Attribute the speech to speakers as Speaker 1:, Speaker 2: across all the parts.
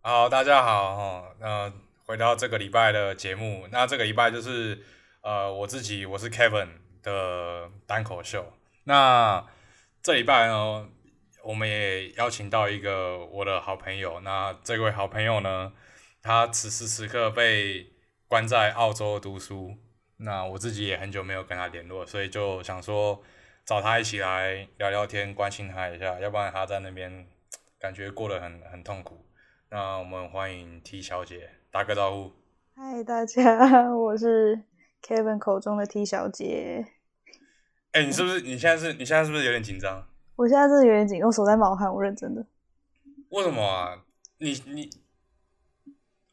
Speaker 1: 好，大家好哦。那回到这个礼拜的节目，那这个礼拜就是呃我自己，我是 Kevin 的单口秀。那这礼拜呢，我们也邀请到一个我的好朋友。那这位好朋友呢，他此时此刻被关在澳洲读书。那我自己也很久没有跟他联络，所以就想说找他一起来聊聊天，关心他一下，要不然他在那边感觉过得很很痛苦。那我们欢迎 T 小姐打个招呼。
Speaker 2: 嗨，大家， 我是 Kevin 口中的 T 小姐。
Speaker 1: 哎、你是不是你现在是你现在是不是有点紧张？
Speaker 2: 我现在真的有点紧，我手在冒汗，我认真的。
Speaker 1: 为什么啊？你你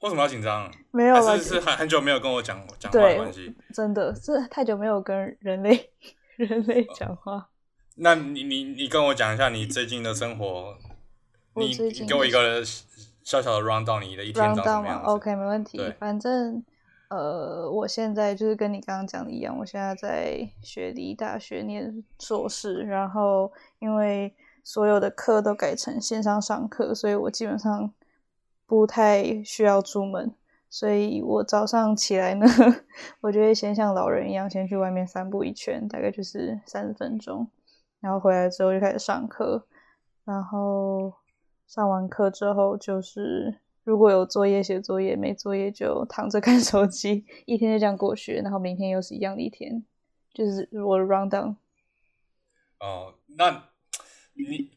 Speaker 1: 为什么要紧张？
Speaker 2: 没有
Speaker 1: 还
Speaker 2: 了
Speaker 1: 啊是，是很很久没有跟我讲讲话的
Speaker 2: 对
Speaker 1: 关系？
Speaker 2: 真的，这太久没有跟人类 人类讲话。
Speaker 1: 那你你你跟我讲一下你最近的生活，
Speaker 2: 我
Speaker 1: 你
Speaker 2: 最近
Speaker 1: 你给我一个小小的 round down，你的一天长
Speaker 2: round
Speaker 1: 什
Speaker 2: down
Speaker 1: 么
Speaker 2: 嘛
Speaker 1: 样子
Speaker 2: ，OK，没问题
Speaker 1: 对。
Speaker 2: 反正呃，我现在就是跟你刚刚讲的一样，我现在在雪梨大学念硕士，然后因为所有的课都改成线上上课，所以我基本上不太需要出门。所以我早上起来呢， 我就会先像老人一样，先去外面散步一圈，大概就是三十分钟，然后回来之后就开始上课，然后上完课之后就是如果有作业写作业，没作业就躺着看手机，一天就这样过去，然后明天又是一样的一天，就是我的 round down。
Speaker 1: 哦，那你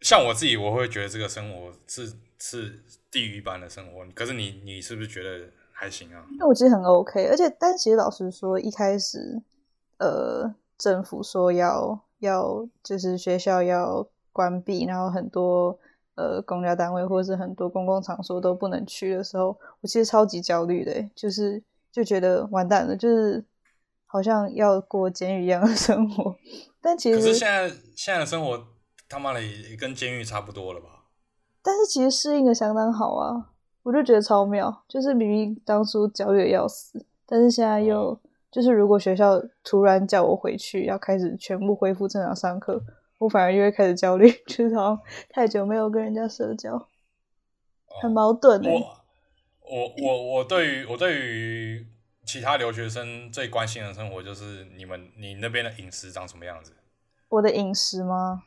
Speaker 1: 像我自己，我会觉得这个生活是是地狱般的生活。可是你你是不是觉得还行啊？
Speaker 2: 那我其实很 OK，而且但其实老实说，一开始呃，政府说要要就是学校要关闭，然后很多呃公家单位或是很多公共场所都不能去的时候，我其实超级焦虑的，欸就是就觉得完蛋了，就是好像要过监狱一样的生活。 但其
Speaker 1: 可是
Speaker 2: 实
Speaker 1: 现在现在的生活他妈的也跟监狱差不多了吧？
Speaker 2: 但是其实适应的相当好啊，我就觉得超妙，就是明明当初焦虑的要死，但是现在又、就是如果学校突然叫我回去，要开始全部恢复正常上课，我反而又会开始焦虑， 就是好像太久没有跟人家社交，
Speaker 1: 哦、
Speaker 2: 很矛盾、欸。
Speaker 1: 我我我我对于我对于其他留学生最关心的生活就是你们你那边的饮食长什么样子？
Speaker 2: 我的饮食吗？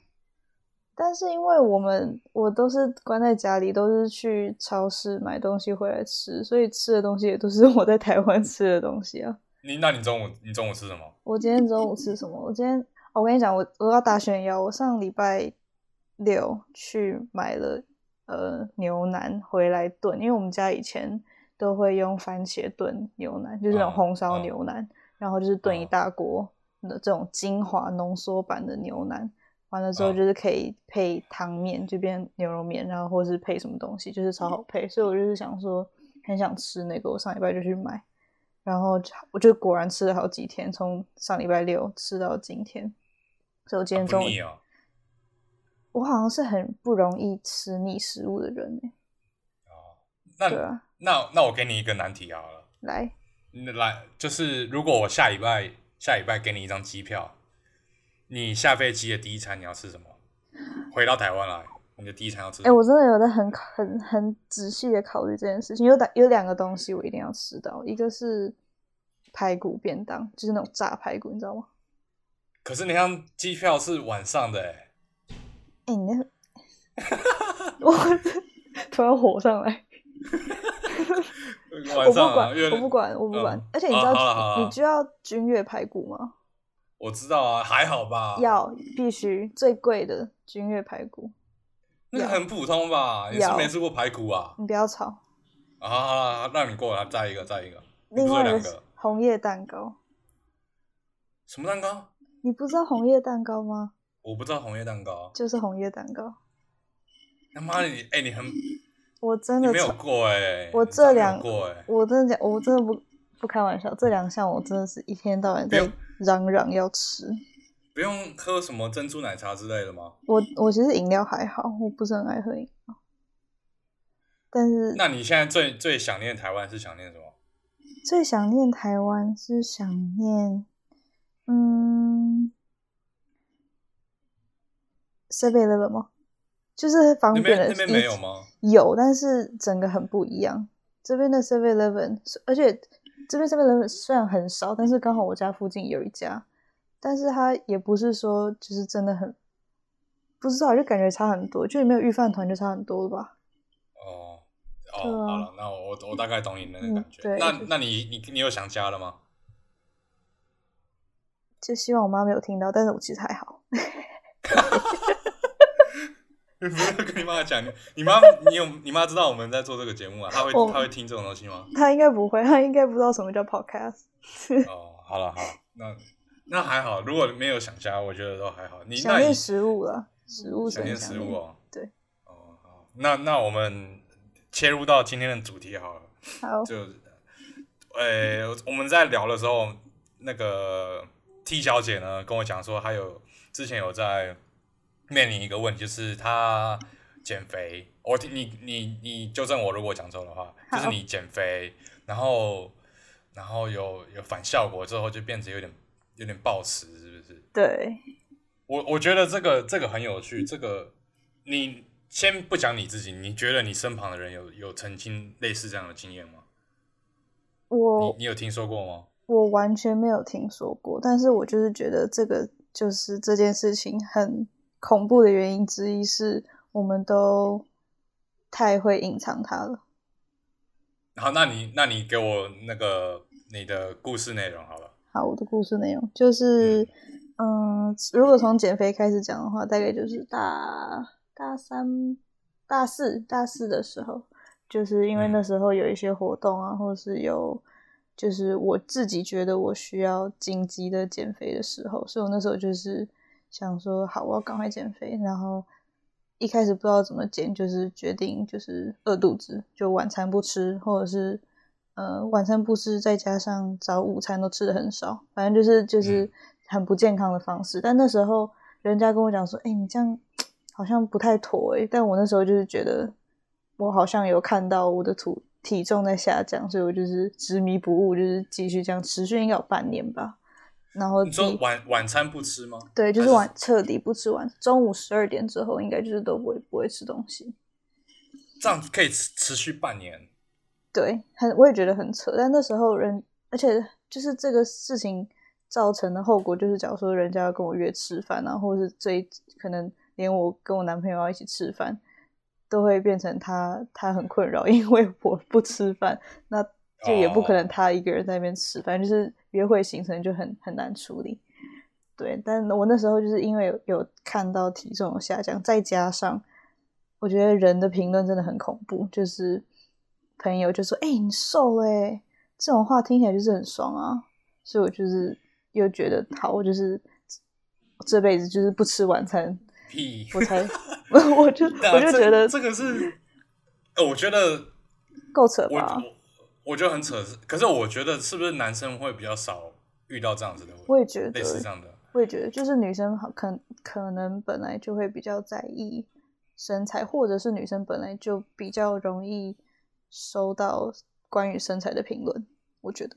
Speaker 2: 但是因为我们我都是关在家里，都是去超市买东西回来吃，所以吃的东西也都是我在台湾吃的东西啊。
Speaker 1: 你那你中午你中午吃什么？
Speaker 2: 我今天中午吃什么？我今天，哦我跟你讲，我我要打选药。我上礼拜六去买了呃牛腩回来炖，因为我们家以前都会用番茄炖牛腩，就是那种
Speaker 1: 嗯
Speaker 2: 红烧
Speaker 1: 嗯
Speaker 2: 牛腩，然后就是炖一
Speaker 1: 嗯
Speaker 2: 大锅的这种精华浓缩版的牛腩。完了之后
Speaker 1: 嗯
Speaker 2: 就是可以配汤面，就变牛肉面，然后或是配什么东西，就是超好配。所以我就是想说，很想吃那个，我上礼拜就去买，然后就我就果然吃了好几天，从上礼拜六吃到今天。所以我今天
Speaker 1: 不
Speaker 2: 中午，
Speaker 1: 腻哦。
Speaker 2: 我好像是很不容易吃腻食物的人欸
Speaker 1: 那嗯
Speaker 2: 对啊，
Speaker 1: 那那我给你一个难题好了。
Speaker 2: 来，
Speaker 1: 那来，就是如果我下礼拜下礼拜给你一张机票，你下飞机的第一餐你要吃什么？回到台湾来，你的第一餐要吃
Speaker 2: 哎、
Speaker 1: 什么？
Speaker 2: 我真的有在很很很仔细的考虑这件事情。有两有两个东西我一定要吃到，一个是排骨便当，就是那种炸排骨，你知道吗？
Speaker 1: 可是那张机票是晚上的、欸，
Speaker 2: 哎、你 那我突然火上来，
Speaker 1: 晚
Speaker 2: 我不
Speaker 1: 上、啊、因为
Speaker 2: 管，我不，管，我不管。
Speaker 1: 嗯
Speaker 2: 而且你知道，
Speaker 1: 啊好了好了
Speaker 2: 你知道君越排骨吗？
Speaker 1: 我知道啊，还好吧，
Speaker 2: 要必须最贵的君越排骨，
Speaker 1: 那个
Speaker 2: 要
Speaker 1: 很普通吧，也是
Speaker 2: 要
Speaker 1: 没吃过排骨啊。
Speaker 2: 你不要吵。
Speaker 1: 啊，好好好让你过来，再一个，再一个，你
Speaker 2: 另
Speaker 1: 不是有
Speaker 2: 外一
Speaker 1: 两
Speaker 2: 个
Speaker 1: 个
Speaker 2: 是红叶蛋糕，
Speaker 1: 什么蛋糕？
Speaker 2: 你不知道红叶蛋糕吗？
Speaker 1: 我不知道红叶蛋糕，
Speaker 2: 就是红叶蛋糕，
Speaker 1: 他妈的你，哎、你很你
Speaker 2: 我真的
Speaker 1: 没有
Speaker 2: 超
Speaker 1: 过哎、
Speaker 2: 我
Speaker 1: 你真的
Speaker 2: 这
Speaker 1: 没有
Speaker 2: 两
Speaker 1: 过哎、欸，
Speaker 2: 我真的讲，我真的不不开玩笑，这两项我真的是一天到晚在
Speaker 1: 没有
Speaker 2: 嚷嚷要吃。
Speaker 1: 不用喝什么珍珠奶茶之类的吗？
Speaker 2: 我我其实饮料还好，我不是很爱喝饮料，但是
Speaker 1: 那你现在最最想念台湾是想念什么？
Speaker 2: 最想念台湾是想念，嗯，Seven Eleven 吗？就是方
Speaker 1: 那边
Speaker 2: 便的
Speaker 1: 那边没有吗？
Speaker 2: 有，但是整个很不一样。这边的 Seven Eleven，而且这边 Seven Eleven 虽然很少，但是刚好我家附近有一家，但是它也不是说就是真的很，不知道就感觉差很多，就你没有预饭团就差很多了吧？
Speaker 1: 哦哦，
Speaker 2: 对啊
Speaker 1: 好了，那我我大概懂你那个
Speaker 2: 嗯
Speaker 1: 感觉。
Speaker 2: 对
Speaker 1: 那
Speaker 2: 就是
Speaker 1: 那你你你有想家了吗？
Speaker 2: 就希望我妈没有听到，但是我其实还好。
Speaker 1: 你不要跟你妈讲，你你妈你有你妈知道我们在做这个节目啊？她会
Speaker 2: 我
Speaker 1: 她会听这种东西 吗？
Speaker 2: 她应该不会，她应该不知道什么叫 podcast。
Speaker 1: 哦，好了好了，那那还好，如果没有想家，我觉得都还好。你
Speaker 2: 想
Speaker 1: 那你
Speaker 2: 念食物了，食物是
Speaker 1: 想
Speaker 2: 很
Speaker 1: 念
Speaker 2: 想
Speaker 1: 食物哦。
Speaker 2: 对。
Speaker 1: 哦，好，那那我们切入到今天的主题好了。
Speaker 2: 好，
Speaker 1: 就，呃、我们在聊的时候，那个 T 小姐呢跟我讲说，她有之前有在面临一个问题，就是她减肥。我听你你你纠正我，如果讲错的话，
Speaker 2: 好
Speaker 1: 就是你减肥，然后然后有有反效果之后，就变成有点有点暴食，是不是？
Speaker 2: 对，
Speaker 1: 我我觉得这个这个很有趣，这个你先不讲你自己，你觉得你身旁的人有有曾经类似这样的经验吗？
Speaker 2: 我
Speaker 1: 你你有听说过吗？
Speaker 2: 我完全没有听说过，但是我就是觉得这个就是这件事情很恐怖的原因之一是，我们都太会隐藏它了。
Speaker 1: 好，那你那你给我那个你的故事内容好了。
Speaker 2: 好，我的故事内容就是，嗯、如果从减肥开始讲的话，大概就是大大三、大四、大四的时候，就是因为
Speaker 1: 嗯
Speaker 2: 那时候有一些活动啊，或是有，就是我自己觉得我需要紧急的减肥的时候，所以我那时候就是想说，好，我要赶快减肥，然后一开始不知道怎么减，就是决定就是饿肚子，就晚餐不吃，或者是呃晚餐不吃，再加上早午餐都吃的很少，反正就是就是
Speaker 1: 嗯
Speaker 2: 很不健康的方式。但那时候人家跟我讲说，哎、你这样好像不太妥哎、但我那时候就是觉得我好像有看到我的土体重在下降，所以我就是执迷不悟，就是继续这样持续应该有半年吧。然后
Speaker 1: 你说
Speaker 2: 第
Speaker 1: 晚晚餐不吃吗？
Speaker 2: 对，就
Speaker 1: 还
Speaker 2: 是
Speaker 1: 是
Speaker 2: 晚彻底不吃晚，中午十二点之后应该就是都不会不会吃东西。
Speaker 1: 这样可以持持续半年。
Speaker 2: 对，很我也觉得很扯，但那时候人，而且就是这个事情造成的后果，就是假如说人家要跟我约吃饭啊，或者是最可能连我跟我男朋友要一起吃饭，都会变成他他很困扰， 因为我不吃饭，那就也不可能
Speaker 1: 哦
Speaker 2: 他一个人在那边吃，反正就是约会行程就很很难处理。对，但我那时候就是因为有有看到体重有下降，再加上我觉得人的评论真的很恐怖，就是朋友就说：“哎、你瘦了欸。”这种话听起来就是很爽啊，所以我就是又觉得好，我就是这辈子就是不吃晚餐，
Speaker 1: 屁！
Speaker 2: 我 才我我就
Speaker 1: 对啊
Speaker 2: 我就
Speaker 1: 这
Speaker 2: 觉得
Speaker 1: 这个是，呃我觉得
Speaker 2: 够扯
Speaker 1: 我
Speaker 2: 吧。
Speaker 1: 我我觉得很扯，可是我觉得是不是男生会比较少遇到这样子的
Speaker 2: 我
Speaker 1: 问
Speaker 2: 也觉
Speaker 1: 类似这
Speaker 2: 得，
Speaker 1: 样的？
Speaker 2: 我也觉得，就是女生好可可能本来就会比较在意身材，或者是女生本来就比较容易收到关于身材的评论，我觉得。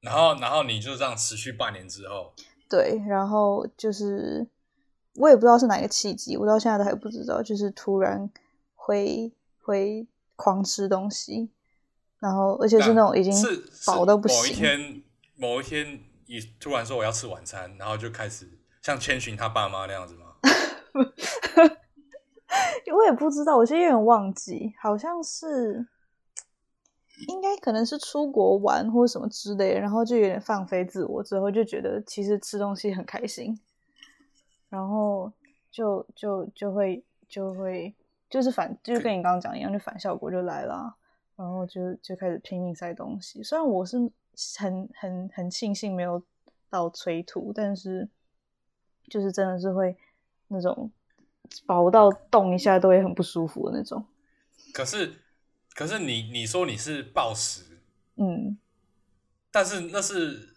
Speaker 1: 然后然后你就这样持续半年之后，
Speaker 2: 对，然后就是我也不知道是哪个契机，我到现在都还不知道，就是突然会会狂吃东西，然后而且是那种已经
Speaker 1: 啊是是
Speaker 2: 饱到不
Speaker 1: 某一
Speaker 2: 行，
Speaker 1: 天，某一天，你突然说我要吃晚餐，然后就开始像千寻他爸妈那样子吗？
Speaker 2: 我也不知道，我是有点忘记，好像是应该可能是出国玩或什么之类的，然后就有点放飞自我，之后就觉得其实吃东西很开心，然后就就就会就会就是反，就跟你刚刚讲一样，就反效果就来了啊，然后就就开始拼命塞东西。虽然我是很很很庆幸没有到催吐，但是就是真的是会那种饱到动一下都会很不舒服的那种。
Speaker 1: 可是，可是你你说你是暴食，
Speaker 2: 嗯，
Speaker 1: 但是那是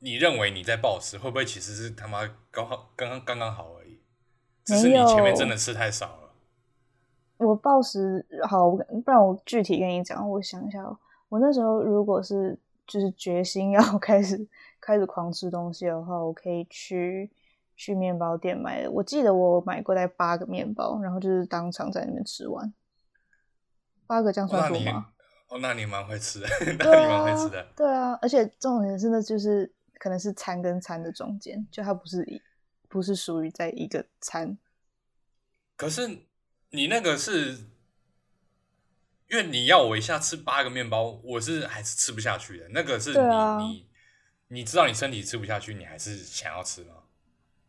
Speaker 1: 你认为你在暴食，会不会其实是他妈刚好刚刚刚刚好而已？只是你
Speaker 2: 没有
Speaker 1: 前面真的吃太少了。
Speaker 2: 我暴食好，我不然我具体跟你讲，我想一下哦，我那时候如果是 就是决心要开始开始狂吃东西的话，我可以去去面包店买的。我记得我买过来八个面包，然后就是当场在那边吃完。八个这样算
Speaker 1: 那
Speaker 2: 多
Speaker 1: 你
Speaker 2: 吗？
Speaker 1: 哦，那你蛮会吃的， 那
Speaker 2: 对
Speaker 1: 你蛮会吃
Speaker 2: 啊
Speaker 1: 的，，
Speaker 2: 对啊，而且重点真的就是可能是餐跟餐的中间，就它不是一不是属于在一个餐。
Speaker 1: 可是你那个是，因为你要我一下吃八个面包，我是还是吃不下去的。那个是你、
Speaker 2: 对啊
Speaker 1: 你你知道你身体吃不下去，你还是想要吃吗？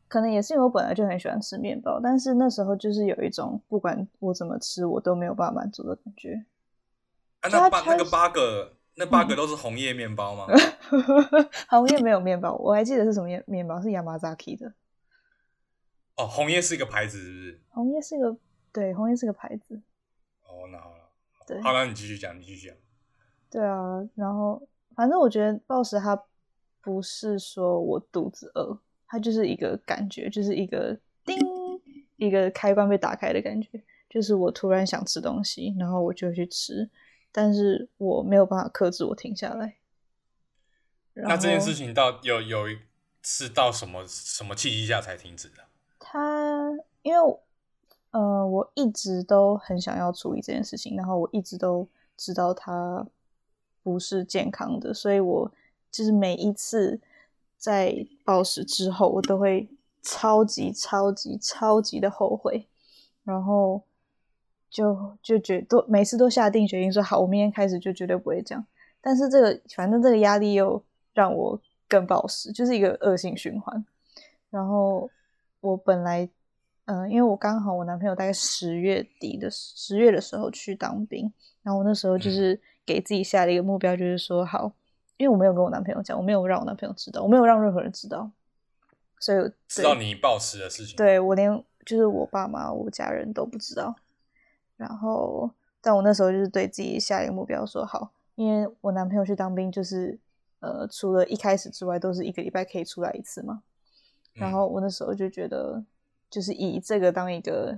Speaker 2: 可能也是因为我本来就很喜欢吃面包，但是那时候就是有一种不管我怎么吃，我都没有办法满足的感觉。
Speaker 1: 啊，
Speaker 2: 就
Speaker 1: 那
Speaker 2: 它
Speaker 1: 八
Speaker 2: 它
Speaker 1: 那个八个那八个
Speaker 2: 嗯
Speaker 1: 都是红叶面包吗？
Speaker 2: 好像没有面包，我还记得是什么面面包，是 Yamazaki 的。
Speaker 1: 哦，红叶是一个牌子，是不是？
Speaker 2: 红叶是个对，红叶是个牌子，
Speaker 1: 哦，那好了，
Speaker 2: 对
Speaker 1: 好了，那你继续讲，你继续讲。
Speaker 2: 对啊。然后反正我觉得暴食它不是说我肚子饿，它就是一个感觉，就是一个叮，一个开关被打开的感觉，就是我突然想吃东西，然后我就去吃，但是我没有办法克制我停下来。然
Speaker 1: 那这件
Speaker 2: 后
Speaker 1: 事情到有有一是到什么什么契机下才停止的？
Speaker 2: 他因为我呃，我一直都很想要处理这件事情，然后我一直都知道它不是健康的，所以我就是每一次在暴食之后，我都会超级超级超级的后悔，然后就就觉都每次都下定决心说好，我明天开始就绝对不会这样。但是这个反正这个压力又让我更暴食，就是一个恶性循环。然后我本来，呃，因为我刚好我男朋友大概十月底的十月的时候去当兵，然后我那时候就
Speaker 1: 嗯
Speaker 2: 是给自己下了一个目标，就是说好，因为我没有跟我男朋友讲，我没有让我男朋友知道，我没有让任何人知道，所以我
Speaker 1: 知
Speaker 2: 对
Speaker 1: 道你暴食的事情，，
Speaker 2: 对我连就是我爸妈、我家人都不知道。然后，但我那时候就是对自己下一个目标说好，因为我男朋友去当兵，就是呃，除了一开始之外，都是一个礼拜可以出来一次嘛。
Speaker 1: 嗯
Speaker 2: 然后我那时候就觉得，就是以这个当一个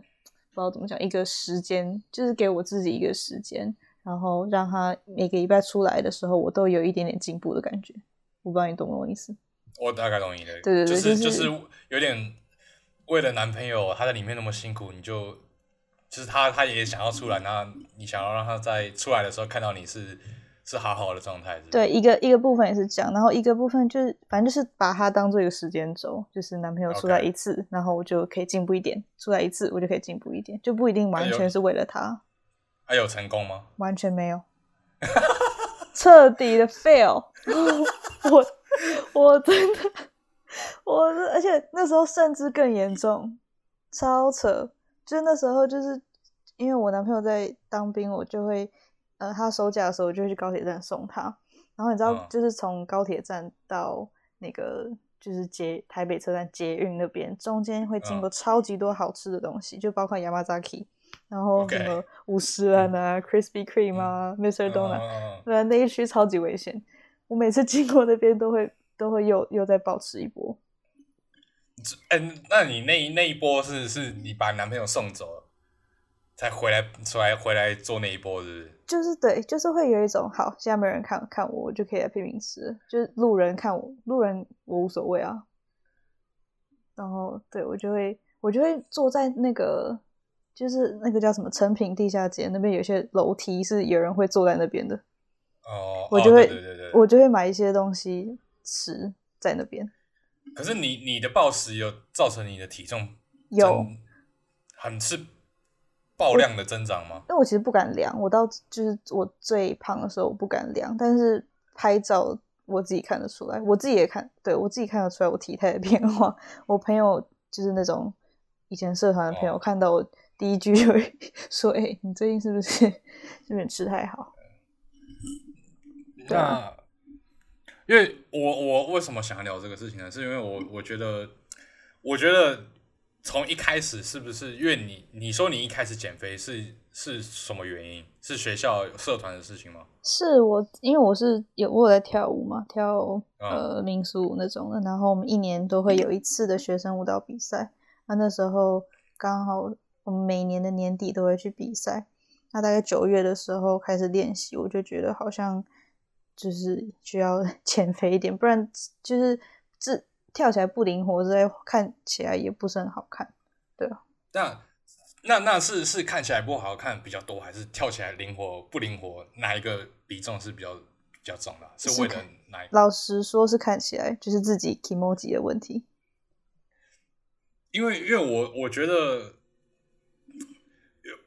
Speaker 2: 不知道怎么讲，一个时间，就是给我自己一个时间，然后让他每个礼拜出来的时候，我都有一点点进步的感觉。我不知道你懂不懂我意思？
Speaker 1: 我大概懂你的，
Speaker 2: 对对对
Speaker 1: 就是
Speaker 2: 就是
Speaker 1: 是有点为了男朋友，他在里面那么辛苦，你就就是他他也想要出来，然后你想要让他在出来的时候看到你是是好好的状态，是不是
Speaker 2: 对，，一个一个部分也是这样，然后一个部分就是反正就是把它当做一个时间轴，就是男朋友出来
Speaker 1: OK
Speaker 2: 一次然后我就可以进步一点，出来一次我就可以进步一点，就不一定完
Speaker 1: 有
Speaker 2: 全是为了他，
Speaker 1: 还啊有成功吗？
Speaker 2: 完全没 有，彻底的 fail，我我真的我，而且那时候甚至更严重，超扯，就那时候就是因为我男朋友在当兵，我就会呃他休假的时候，我就会去高铁站送他。然后你知道
Speaker 1: 嗯，
Speaker 2: 就是从高铁站到那个就是捷台北车站捷运那边，中间会经
Speaker 1: 嗯
Speaker 2: 过超级多好吃的东西，就包括 Yamazaki，然后什
Speaker 1: OK
Speaker 2: 么五十岚啊、Krispy Kreme 啊、Mr. Donut，
Speaker 1: 嗯
Speaker 2: 对啊，那一区超级危险。我每次经过那边都会都会又又再暴吃一波。
Speaker 1: 哎、那你那一那一波是是你把男朋友送走了，才回来出来回来做那一波，是不是？
Speaker 2: 就是对，就是会有一种好，现在没人看看我，我就可以来拼命吃。就是路人看我，路人我无所谓啊。然后对我就会，我就会坐在那个，就是那个叫什么成品地下街那边，有些楼梯是有人会坐在那边的，
Speaker 1: 哦，
Speaker 2: 我
Speaker 1: 哦
Speaker 2: 就会
Speaker 1: 对对对对
Speaker 2: 我就会买一些东西吃在那边。
Speaker 1: 可是你你的暴食有造成你的体重
Speaker 2: 有
Speaker 1: 增很是爆量的增长吗？
Speaker 2: 因为我其实不敢量，我到就是我最胖的时候我不敢量，但是拍照我自己看得出来，我自己也看，对我自己看得出来我体态的变化。 我朋友就是那种以前社团的朋友，
Speaker 1: 哦
Speaker 2: 看到我第一句就会 说：“哎、你最近是 不是有点吃太好对啊
Speaker 1: 那因为我我为什么想要聊这个事情呢？是因为我我觉得，我觉得从一开始是不是因为你你说你一开始减肥是是什么原因？是学校社团的事情吗？？”
Speaker 2: 是我，因为我是有我有在跳舞嘛，跳
Speaker 1: 嗯
Speaker 2: 呃民俗舞那种的，然后我们一年都会有一次的学生舞蹈比赛，那那时候刚好我们每年的年底都会去比赛，那大概九月的时候开始练习，我就觉得 好像就是需要减肥一点，不然就是自跳起来不灵活之类，看起来也不是很好看，对啊。
Speaker 1: 那那那是是看起来不好看比较多，还是跳起来灵活不灵活？哪一个比重是比较比较重的啊？是为了
Speaker 2: 看
Speaker 1: 哪一个？
Speaker 2: 老实说，是看起来就是自己 emoji 的问题。
Speaker 1: 因为因为我我觉得，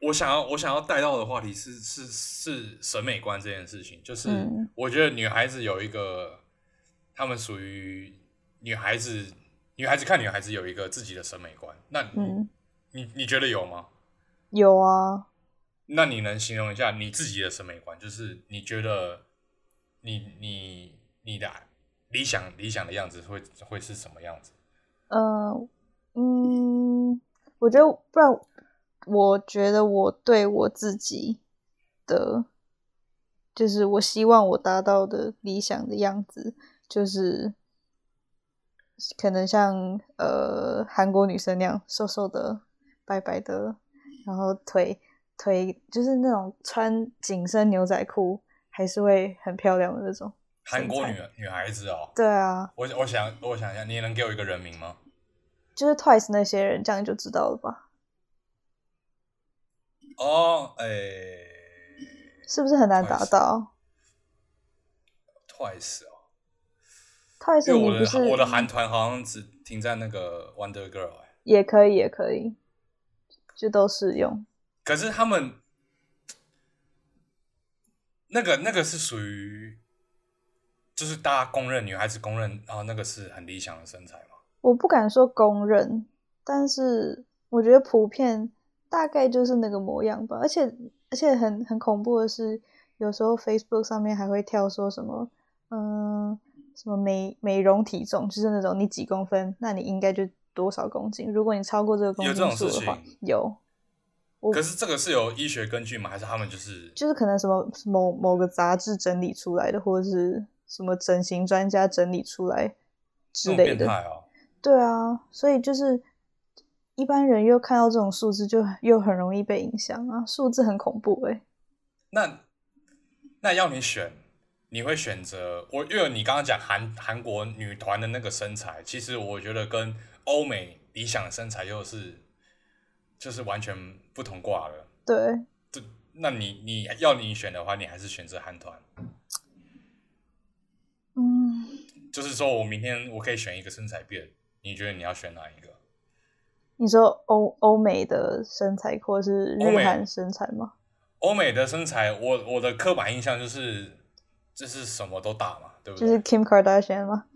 Speaker 1: 我想要我想要带到的话题是是是审美观这件事情，就是
Speaker 2: 嗯
Speaker 1: 我觉得女孩子有一个，她们属于女孩子，女孩子看女孩子有一个自己的审美观。那你、
Speaker 2: 嗯，
Speaker 1: 你你觉得有吗？
Speaker 2: 有啊，
Speaker 1: 那你能形容一下你自己的审美观？就是你觉得你你你的理想理想的样子会会是什么样子？
Speaker 2: 呃，嗯，我觉得不然，我觉得我对我自己的，就是我希望我达到的理想的样子，就是可能像呃韩国女生那样瘦瘦的、白白的，然后腿腿就是那种穿紧身牛仔裤还是会很漂亮的那种。
Speaker 1: 韩国
Speaker 2: 身
Speaker 1: 女女孩子哦，
Speaker 2: 对啊，
Speaker 1: 我我想我想一下，你能给我一个人名吗？
Speaker 2: 就是 Twice 那些人，这样就知道了吧？
Speaker 1: 哦，哎
Speaker 2: 是不是很难达
Speaker 1: Twice
Speaker 2: 到？
Speaker 1: ，Twice 哦，
Speaker 2: 泰
Speaker 1: 因
Speaker 2: 森，
Speaker 1: 为
Speaker 2: 你
Speaker 1: 我
Speaker 2: 不
Speaker 1: 的
Speaker 2: 是
Speaker 1: 我的韩团好像只停在那个 Wonder Girl 哎、
Speaker 2: 也可以，也可以，就都适用。
Speaker 1: 可是他们那个那个是属于，就是大家公认女孩子公认啊、那个是很理想的身材嘛。
Speaker 2: 我不敢说公认，但是我觉得普遍大概就是那个模样吧。而且而且很很恐怖的是，有时候 Facebook 上面还会跳说什么，嗯、什么美美容体重，就是那种你几公分，那你应该就多少公斤。如果你超过这个公
Speaker 1: 有这
Speaker 2: 斤
Speaker 1: 种
Speaker 2: 数
Speaker 1: 事
Speaker 2: 的话
Speaker 1: 情，
Speaker 2: 有
Speaker 1: 可是这个是有医学根据吗？还是他们就是
Speaker 2: 就是可能什么某某个杂志整理出来的，或者是什么整形专家整理出来
Speaker 1: 这
Speaker 2: 之
Speaker 1: 种
Speaker 2: 类
Speaker 1: 变
Speaker 2: 的。
Speaker 1: 态哦？
Speaker 2: 对啊，所以就是一般人又看到这种数字，就又很容易被影响啊。数字很恐怖欸诶、
Speaker 1: 那那要你选，你会选择我？因为你刚刚讲韩韩国女团的那个身材，其实我觉得跟欧美理想的身材又是就是完全不同挂了。
Speaker 2: 对，
Speaker 1: 这那你你要你选的话，你还是选择韩团。
Speaker 2: 嗯，
Speaker 1: 就是说我明天我可以选一个身材变，你觉得你要选哪一个？
Speaker 2: 你说欧欧美的身材，或者是
Speaker 1: 欧
Speaker 2: 日
Speaker 1: 美
Speaker 2: 韩身材吗？
Speaker 1: 欧美的身材，我我的刻板印象就是就是什么都大嘛，对不
Speaker 2: 就
Speaker 1: 对？
Speaker 2: 是 Kim Kardashian 吗？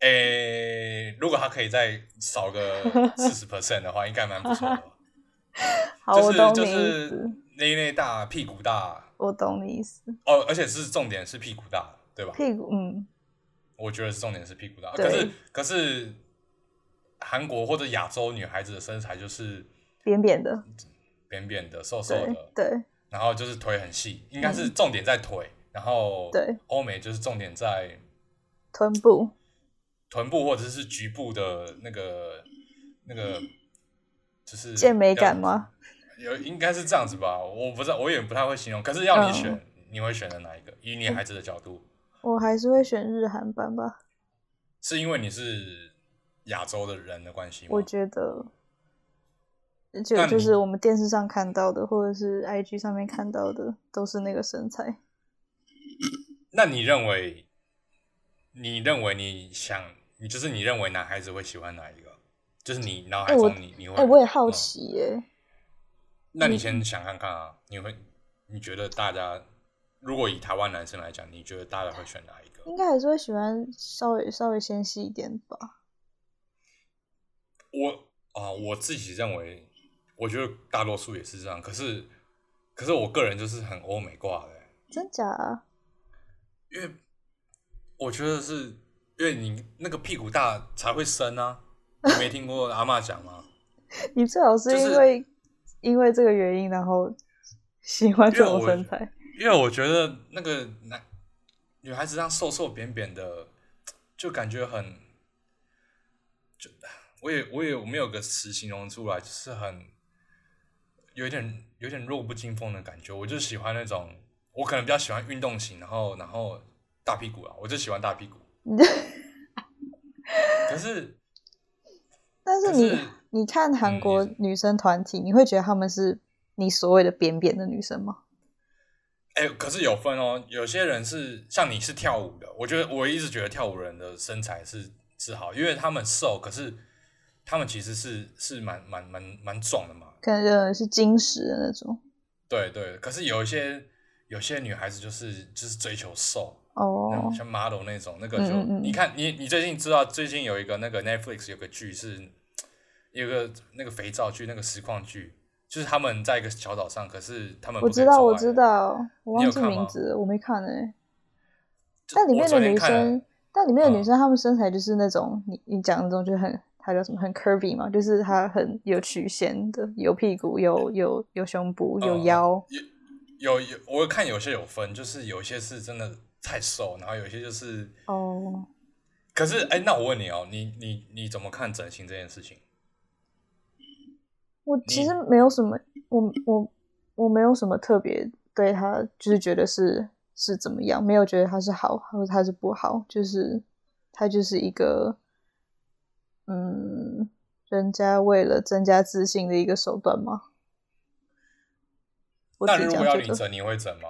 Speaker 1: 诶，如果他可以再少个四 十 percent 的话，应该蛮不错的吧。
Speaker 2: 好，
Speaker 1: 就
Speaker 2: 我
Speaker 1: 是
Speaker 2: 懂你
Speaker 1: 就
Speaker 2: 意
Speaker 1: 是
Speaker 2: 思，
Speaker 1: 内内大，屁股大
Speaker 2: 我懂你意思。
Speaker 1: 哦，而且是重点是屁股大，对吧？
Speaker 2: 屁股，嗯，
Speaker 1: 我觉得是重点是屁股大，
Speaker 2: 对
Speaker 1: 可是可是韩国或者亚洲女孩子的身材就是
Speaker 2: 扁扁的，
Speaker 1: 扁扁的、瘦瘦
Speaker 2: 对
Speaker 1: 的，
Speaker 2: 对
Speaker 1: 然后就是腿很细，应该是重点在腿，然后
Speaker 2: 对，
Speaker 1: 欧美就是重点在
Speaker 2: 臀部，
Speaker 1: 臀部或者是局部的那个那个，就是
Speaker 2: 健美感吗？
Speaker 1: 要？有应该是这样子吧，我不知道，我也不太会形容。可是要你选，
Speaker 2: 嗯
Speaker 1: 你会选择哪一个？以女孩子的角度，
Speaker 2: 我还是会选日韩版吧。
Speaker 1: 是因为你是亚洲的人的关系吗？
Speaker 2: 我觉得，
Speaker 1: 嗯
Speaker 2: 就
Speaker 1: 那
Speaker 2: 就
Speaker 1: 你
Speaker 2: 是我们电视上看到的，或者是 IG 上面看到的，都是那个身材。
Speaker 1: 那你认为，你认为你想，你就是你认为男孩子会喜欢哪一个？就是你脑海
Speaker 2: 哎我
Speaker 1: 中你、你会？
Speaker 2: 哎、我也好
Speaker 1: 嗯
Speaker 2: 奇耶、
Speaker 1: 那你
Speaker 2: 嗯
Speaker 1: 先想看看啊，你会你觉得大家如果以台湾男生来讲，你觉得大家会选哪一个？
Speaker 2: 应该还是会喜欢稍微稍微纤细一点吧。
Speaker 1: 我啊、我自己认为，我觉得大多数也是这样。可是，可是我个人就是很欧美挂的欸、
Speaker 2: 真假啊？
Speaker 1: 因为我觉得是因为你那个屁股大才会生啊。你没听过阿嬷讲吗？
Speaker 2: 你最好是
Speaker 1: 就
Speaker 2: 因
Speaker 1: 是
Speaker 2: 为、因为这个原因，然后喜欢这
Speaker 1: 因为
Speaker 2: 种
Speaker 1: 我
Speaker 2: 身材。
Speaker 1: 因为我觉得那个男女孩子这样瘦瘦扁扁的，就感觉很，就我也我也没有个词形容出来，就是很有一点有点弱不禁风的感觉。我就喜欢那种，我可能比较喜欢运动型，然后然后大屁股啊，我就喜欢大屁股。
Speaker 2: 你就
Speaker 1: 可可是
Speaker 2: 但是
Speaker 1: 可
Speaker 2: 你
Speaker 1: 是
Speaker 2: 你看韩
Speaker 1: 嗯
Speaker 2: 国
Speaker 1: 你
Speaker 2: 女生团体，你会觉得她们是你所谓的扁扁的女生吗？
Speaker 1: 哎、可是有分哦，有些人是像你是跳舞的，我觉得我一直觉得跳舞人的身材是是好，因为他们瘦，可是他们其实是是蛮蛮蛮蛮壮的嘛。
Speaker 2: 可能有人是金石的那种
Speaker 1: 对对，可是有一些有些女孩子就是就是追求瘦，那
Speaker 2: 哦
Speaker 1: 种，像 model 那种，那个就
Speaker 2: 嗯嗯嗯
Speaker 1: 你看你你最近知道最近有一个那个 Netflix 有个剧是有个那个肥皂剧，那个实况剧，就是他们在一个小岛上，可是他们
Speaker 2: 我
Speaker 1: 不可以
Speaker 2: 知道
Speaker 1: 做
Speaker 2: 我
Speaker 1: 爱
Speaker 2: 知
Speaker 1: 的，
Speaker 2: 道，
Speaker 1: 你
Speaker 2: 我忘
Speaker 1: 有
Speaker 2: 记
Speaker 1: 看
Speaker 2: 名
Speaker 1: 吗
Speaker 2: 字了，我没看哎、
Speaker 1: 就
Speaker 2: 但里
Speaker 1: 我
Speaker 2: 面的
Speaker 1: 昨天
Speaker 2: 女
Speaker 1: 看了
Speaker 2: 生，但里面的
Speaker 1: 嗯
Speaker 2: 女生，她们身材就是那种你你讲的那种，就是很她叫什么很 curvy 嘛，就是她很有曲线的，有屁股，有有有胸部，有
Speaker 1: 嗯
Speaker 2: 腰，
Speaker 1: 有有，我看有些有分，就是有些是真的太瘦，然后有些就是，
Speaker 2: 哦。
Speaker 1: 可是哎、那我问你哦，你你你怎么看整形这件事情？
Speaker 2: 我其
Speaker 1: 你
Speaker 2: 实没有什么，我我我没有什么特别对他，就是觉得是是怎么样，没有觉得他是好或者他是不好，就是他就是一个，嗯，人家为了增加自信的一个手段嘛。我
Speaker 1: 那
Speaker 2: 自己
Speaker 1: 如
Speaker 2: 这
Speaker 1: 果
Speaker 2: 样
Speaker 1: 要
Speaker 2: 觉
Speaker 1: 你
Speaker 2: 得，
Speaker 1: 整，你会整吗？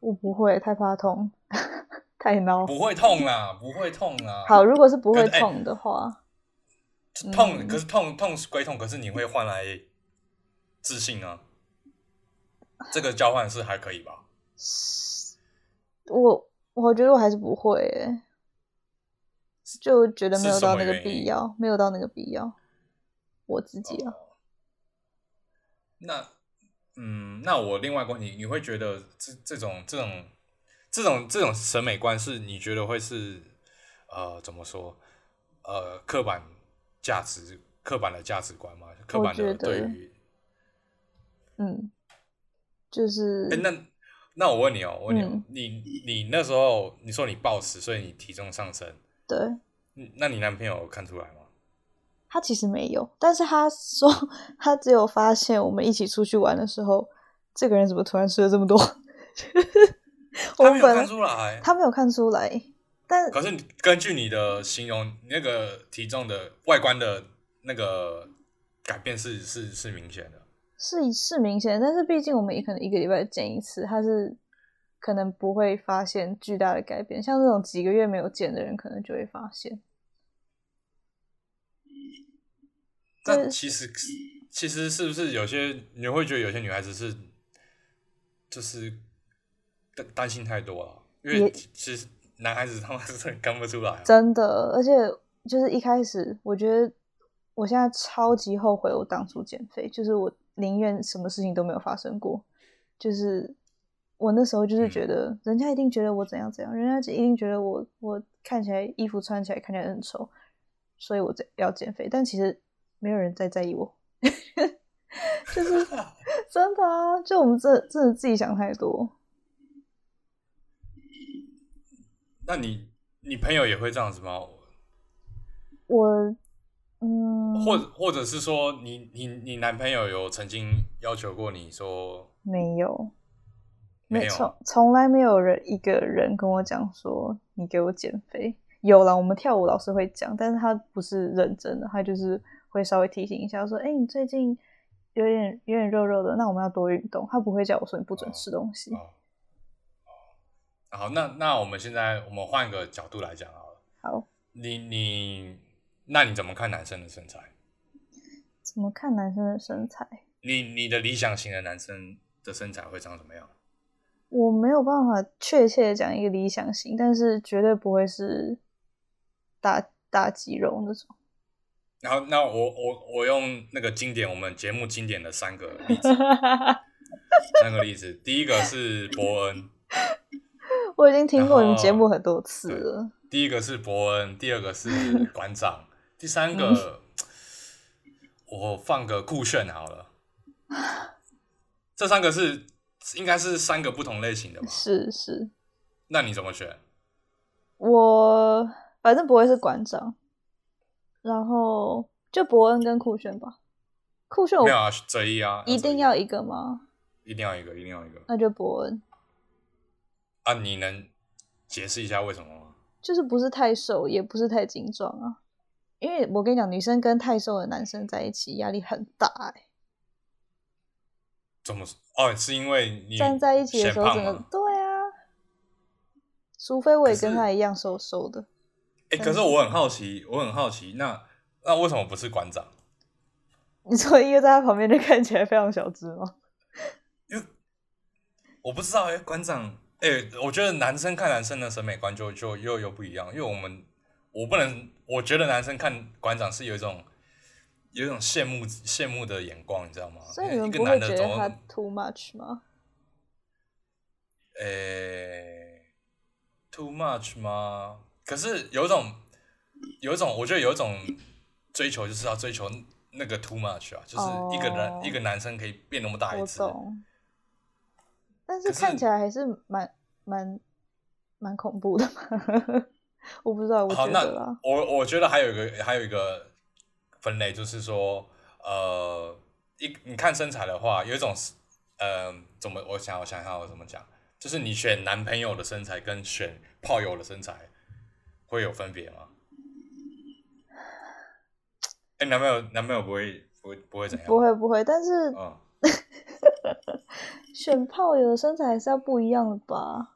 Speaker 2: 我不会太怕痛， 太孬。
Speaker 1: 不会痛啦，不会痛啦。
Speaker 2: 好，如果是不
Speaker 1: 可
Speaker 2: 会
Speaker 1: 是哎
Speaker 2: 痛的话，
Speaker 1: 痛，
Speaker 2: 嗯
Speaker 1: 可是痛痛是归痛，可是你会换来自信啊。这个交换是还可以吧？
Speaker 2: 我我觉得我还是不会耶，就觉得没
Speaker 1: 是
Speaker 2: 有
Speaker 1: 什
Speaker 2: 到
Speaker 1: 么
Speaker 2: 那个
Speaker 1: 原
Speaker 2: 必
Speaker 1: 因
Speaker 2: 要，没有到那个必要。我自己啊，
Speaker 1: 哦那嗯，那我另外一个问题，你会觉得这这种这种这种这种审美观是你觉得会是呃怎么说呃刻板价值刻板的价值观吗？刻
Speaker 2: 我
Speaker 1: 板
Speaker 2: 觉
Speaker 1: 的对
Speaker 2: 得
Speaker 1: 于
Speaker 2: 嗯，就是
Speaker 1: 哎、那那我问你哦，我问你、哦
Speaker 2: 嗯
Speaker 1: 你你那时候你说你暴食，所以你体重上升，
Speaker 2: 对
Speaker 1: 嗯那你男朋友有看出来吗？
Speaker 2: 他其实没有，但是他说他只有发现我们一起出去玩的时候，这个人怎么突然吃了这么多？
Speaker 1: 他
Speaker 2: 我
Speaker 1: 没
Speaker 2: 们
Speaker 1: 有
Speaker 2: 本来
Speaker 1: 看出来，
Speaker 2: 他没有看出来，但
Speaker 1: 可是你根据你的形容，你那个体重的外观的那个改变是是是明显的。
Speaker 2: 是是明显的，但是毕竟我们也可能一个礼拜见一次，他是可能不会发现巨大的改变。像这种几个月没有见的人，可能就会发现。
Speaker 1: 但
Speaker 2: 对
Speaker 1: 其实其实是不是有些你会觉得有些女孩子是就是担担心太多了，因为
Speaker 2: 也
Speaker 1: 其其实男孩子他们是很看不出来、啊。
Speaker 2: 真的，而且就是一开始，我觉得我现在超级后悔我当初减肥，就是我宁愿什么事情都没有发生过，就是我那时候就是
Speaker 1: 嗯
Speaker 2: 觉得人家一定觉得我怎样怎样，人家一定觉得我我看起来衣服穿起来看起来很丑，所以我这要减肥，但其实没有人在在意我， 就是 真的啊，就我们这真的自己想太多，
Speaker 1: 那你你朋友也会这样子吗？
Speaker 2: 我嗯，
Speaker 1: 或或者是说你你你男朋友有曾经要求过你说
Speaker 2: 没有。
Speaker 1: 没有啊
Speaker 2: 从从来没有人一个人跟我讲说你给我减肥。有啦，我们跳舞老师会讲，但是他不是认真的，他就是会稍微提醒一下，说：“哎、你最近有点有点肉肉的，那我们要多运动。”他不会叫我说你不准吃东西。
Speaker 1: 哦，哦好，那那我们现在我们换个角度来讲好了。
Speaker 2: 好，
Speaker 1: 你你，那你怎么看男生的身材？
Speaker 2: 怎么看男生的身材？
Speaker 1: 你你的理想型的男生的身材会长什么样？
Speaker 2: 我没有办法确切的讲一个理想型，但是绝对不会是大大肌肉 那种。
Speaker 1: 然后，那我我我用那个经典，我们节目经典的三个例 子，三个例子。第一个是伯恩，
Speaker 2: 我已经听过你
Speaker 1: 然
Speaker 2: 们
Speaker 1: 后
Speaker 2: 节目很多次
Speaker 1: 哦对
Speaker 2: 了。
Speaker 1: 第一个是伯恩，第二个 是馆长，第三
Speaker 2: 嗯
Speaker 1: 个，我放个酷炫好了。这三个是应该是三个不同类型的吧？
Speaker 2: 是是，
Speaker 1: 那你怎么选？
Speaker 2: 我反正不会是馆长，然后就伯恩跟酷炫吧。酷炫我
Speaker 1: 没有啊，择一啊，
Speaker 2: 哦一定
Speaker 1: 择
Speaker 2: 要一个吗？
Speaker 1: 一定要一个，一定要一个
Speaker 2: 那就伯恩。
Speaker 1: 啊！你能解释一下为什么吗？
Speaker 2: 就是不是太瘦，也不是太精壮啊。因为我跟你讲，女生跟太瘦的男生在一起压力很大、欸，
Speaker 1: 怎么说哦？是因为你
Speaker 2: 站在一起的时候，
Speaker 1: 显
Speaker 2: 整
Speaker 1: 胖
Speaker 2: 个
Speaker 1: 吗
Speaker 2: 对啊，除非我也
Speaker 1: 可是
Speaker 2: 跟他一样瘦瘦的。
Speaker 1: 哎、可是我很好奇，我很好奇，那那为什么不是馆长？
Speaker 2: 你说一个在他旁边就看起来非常小只
Speaker 1: 哦
Speaker 2: 吗？
Speaker 1: 我不知道哎、馆长哎、我觉得男生看男生的审美观就就又又不一样，因为我们我不能，我觉得男生看馆长是有一种有一种羡慕羡慕的眼光，你知道吗？
Speaker 2: 所以你们
Speaker 1: 一个
Speaker 2: 不会
Speaker 1: 男的
Speaker 2: 觉
Speaker 1: 怎
Speaker 2: 得他
Speaker 1: 么
Speaker 2: too much 吗？
Speaker 1: 呃、too much 吗？可是有一种有一种，我觉得有一种追求就是要追求那个 too much 啊，就是一个人、
Speaker 2: 哦
Speaker 1: 一个男生可以变那么大一
Speaker 2: 我
Speaker 1: 只，
Speaker 2: 懂，但是
Speaker 1: 可是
Speaker 2: 看起来还是蛮蛮蛮恐怖的 嘛。我不知道，我
Speaker 1: 好，
Speaker 2: 觉
Speaker 1: 那
Speaker 2: 得啦，
Speaker 1: 我我觉得还有一个还有一个分类，就是说，呃，一你看身材的话，有一种是，呃，怎么我想我想想我怎么讲，就是你选男朋友的身材跟选炮友的身材会有分别吗？哎、男朋友男朋友不会不会不会怎样？
Speaker 2: 不，会不会，但是
Speaker 1: 嗯，
Speaker 2: 选炮友的身材还是要不一样的吧？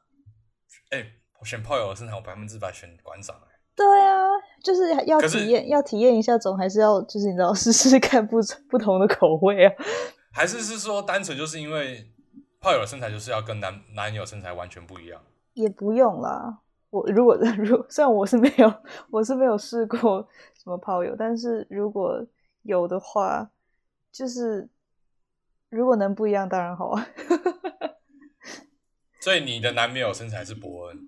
Speaker 1: 哎、我选炮友的身材，我百分之百选馆长、哎
Speaker 2: 对啊，就是要
Speaker 1: 可是
Speaker 2: 体验，要体验一下，总还是要就是你知道试试看不不同的口味啊。
Speaker 1: 还是是说单纯就是因为炮友的身材就是要跟男男友身材完全不一样？
Speaker 2: 也不用啦。我如果 如果虽然我是没有我是没有试过什么炮友，但是如果有的话，就是如果能不一样，当然好啊。
Speaker 1: 所以你的男朋友身材是伯恩，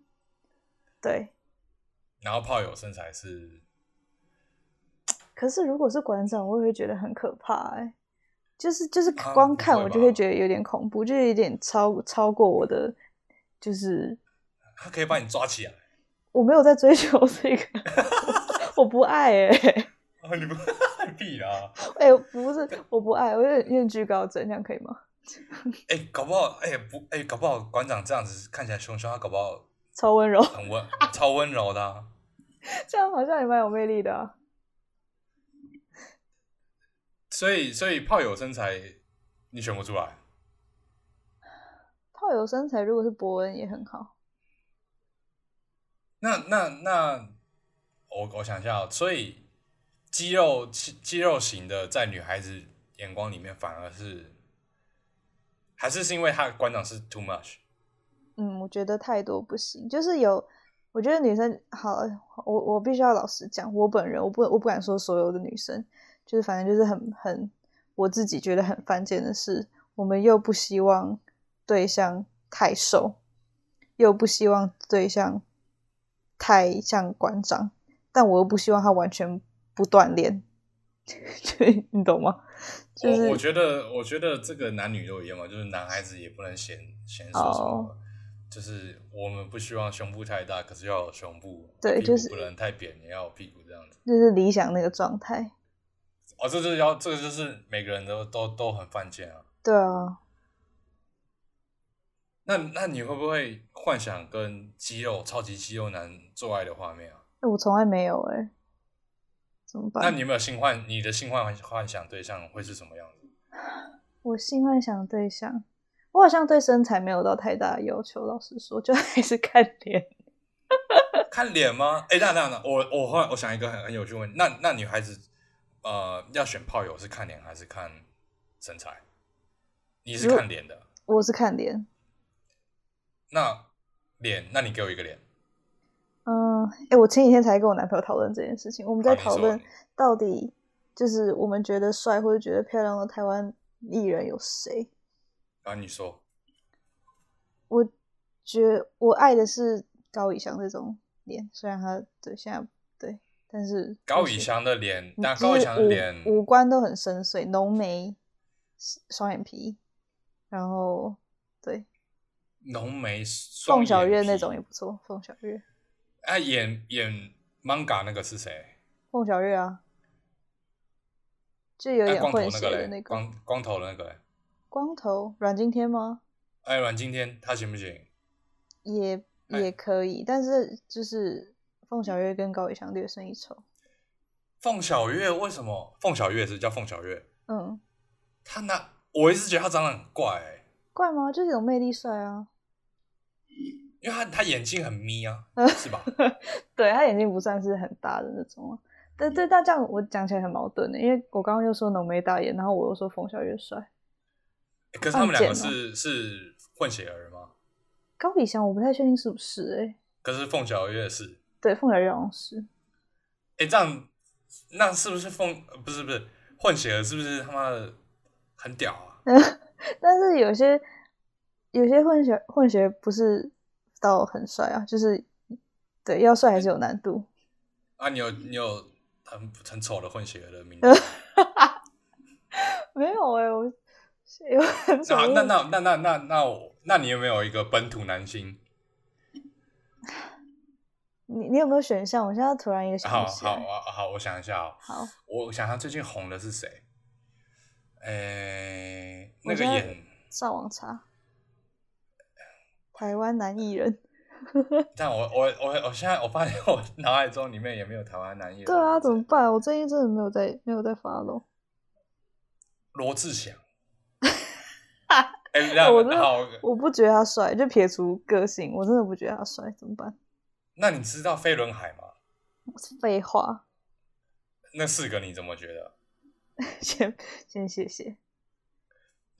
Speaker 2: 对，
Speaker 1: 然后炮友身材是，
Speaker 2: 可是如果是馆长，我也会觉得很可怕哎、就是就是
Speaker 1: 啊
Speaker 2: 光
Speaker 1: 不
Speaker 2: 看
Speaker 1: 会
Speaker 2: 我就
Speaker 1: 吧
Speaker 2: 会觉得有点恐怖，就有点超超过我的，就是
Speaker 1: 他可以把你抓起来。
Speaker 2: 我没有在追求这个， 我不爱哎、
Speaker 1: 啊， 你不 屁啦！
Speaker 2: 哎、不是我不爱，我有点有点居高症，这样可以吗？
Speaker 1: 哎、搞不好，哎、不，哎、搞不好馆长这样子看起来凶凶，他搞不好
Speaker 2: 超温柔。
Speaker 1: 很温，超温柔的、啊。
Speaker 2: 这样好像也蛮有魅力的、啊。
Speaker 1: 所以，所以炮友身材你选不出来，
Speaker 2: 炮友身材如果是伯恩也很好，
Speaker 1: 那那那，我我想一下哦、所以肌肉肌肌肉型的在女孩子眼光里面反而是，还是是因为他馆长是 too much。
Speaker 2: 嗯，我觉得太多不行，就是有，我觉得女生好，我我必须要老实讲，我本人我不我不敢说所有的女生，就是反正就是很很我自己觉得很犯贱的是，我们又不希望对象太瘦，又不希望对象太像馆长，但我又不希望他完全不锻炼， 对你懂吗？就是
Speaker 1: 我我觉得，我觉得这个男女都一样嘛，就是男孩子也不能嫌嫌说什么
Speaker 2: 哦
Speaker 1: 就是我们不希望胸部太大，可是要有胸部，
Speaker 2: 对
Speaker 1: 屁股
Speaker 2: 就是
Speaker 1: 不能太扁，也要有屁股这样子。
Speaker 2: 就是理想那个状态。
Speaker 1: 哦，这就是要，这个就是每个人都都都很犯贱啊。
Speaker 2: 对啊，
Speaker 1: 那那你会不会幻想跟肌肉超级肌肉男做爱的画面啊？
Speaker 2: 我从来没有哎、怎么
Speaker 1: 那
Speaker 2: 办？
Speaker 1: 你有没有性幻？你的性幻幻想对象会是什么样子？
Speaker 2: 我性幻想对象，我好像对身材没有到太大的要求，老实说，就 还是看脸。
Speaker 1: 看脸吗？哎、那那那，我我后来我想一个很很有趣的问题，那那女孩子呃要选炮友是看脸还是看身材？你是
Speaker 2: 如
Speaker 1: 看脸的，
Speaker 2: 我是看脸，
Speaker 1: 那脸，那你给我一个脸。
Speaker 2: 嗯，哎、我前几天才跟我男朋友讨论这件事情，我们在
Speaker 1: 哦啊好你
Speaker 2: 讨
Speaker 1: 说
Speaker 2: 论到底就是我们觉得帅或者觉得漂亮的台湾艺人有谁？
Speaker 1: 啊，你说
Speaker 2: 我觉我爱的是高以翔这种脸，虽然他对现在对，但是
Speaker 1: 高
Speaker 2: 我
Speaker 1: 以
Speaker 2: 喜
Speaker 1: 翔的脸，那
Speaker 2: 就
Speaker 1: 高以
Speaker 2: 是
Speaker 1: 翔的
Speaker 2: 五
Speaker 1: 脸，
Speaker 2: 五官都很深邃，浓眉、双眼皮，然后对
Speaker 1: 浓眉，双
Speaker 2: 凤小
Speaker 1: 眼
Speaker 2: 岳
Speaker 1: 皮
Speaker 2: 那种也不错，凤小岳，
Speaker 1: 啊，演演 manga 那个是谁？
Speaker 2: 凤小岳啊，就有
Speaker 1: 哎，
Speaker 2: 点
Speaker 1: 光头
Speaker 2: 混
Speaker 1: 那
Speaker 2: 血
Speaker 1: 个
Speaker 2: 的
Speaker 1: 嘞，
Speaker 2: 那个
Speaker 1: 光光头的那个嘞。
Speaker 2: 光头阮经天吗？
Speaker 1: 哎，阮经天他行不行？
Speaker 2: 也
Speaker 1: 哎
Speaker 2: 也可以，但是就是凤小岳跟高以翔略胜一筹。
Speaker 1: 凤小岳为什么？凤小岳是叫凤小岳，
Speaker 2: 嗯，
Speaker 1: 他那我一直觉得他长得很怪、欸，
Speaker 2: 怪吗？就是有魅力帅啊。
Speaker 1: 因为他他眼睛很眯 啊，是吧？
Speaker 2: 对他眼睛不算是很大的那种啊。但对，但这样我讲起来很矛盾的，因为我刚刚又说浓眉大眼，然后我又说冯小岳帅。
Speaker 1: 欸可是他们两个
Speaker 2: 按键
Speaker 1: 是是混血儿吗？
Speaker 2: 高以翔我不太确定是不是哎、欸，
Speaker 1: 可是凤小岳是，
Speaker 2: 对，凤小岳好像是，
Speaker 1: 哎、这样那是不是凤？呃不是不是混血儿，是不是他妈的很屌啊？
Speaker 2: 但是有些有些混血混血不是到很帅啊，就是对要帅还是有难度。
Speaker 1: 啊，你有你有很很丑的混血儿的名 字吗？
Speaker 2: 没有哎、我有很少
Speaker 1: 啊那那那那那那那我，那你有没有一个本土男星？
Speaker 2: 你你有没有选项？我现在突然一个想
Speaker 1: 好
Speaker 2: 不起
Speaker 1: 好
Speaker 2: 来。
Speaker 1: 好好，我想一下哦，
Speaker 2: 好，
Speaker 1: 我想想最近红的是谁？哎、那
Speaker 2: 我
Speaker 1: 个
Speaker 2: 现在
Speaker 1: 演，
Speaker 2: 上网查台湾男艺 人。
Speaker 1: 但我我我我现在我发现我脑海中里面也没有台湾男艺人。
Speaker 2: 对啊，怎么？办？我最近真的没有在没有在发喽。
Speaker 1: 罗志 祥。哎、那
Speaker 2: 我真的
Speaker 1: 好，
Speaker 2: 我不觉得他帅，就撇除个性，我真的不觉得他帅，怎么办？
Speaker 1: 那你知道飞轮海吗？
Speaker 2: 废话，
Speaker 1: 那四个你怎么觉得？
Speaker 2: 先先谢谢。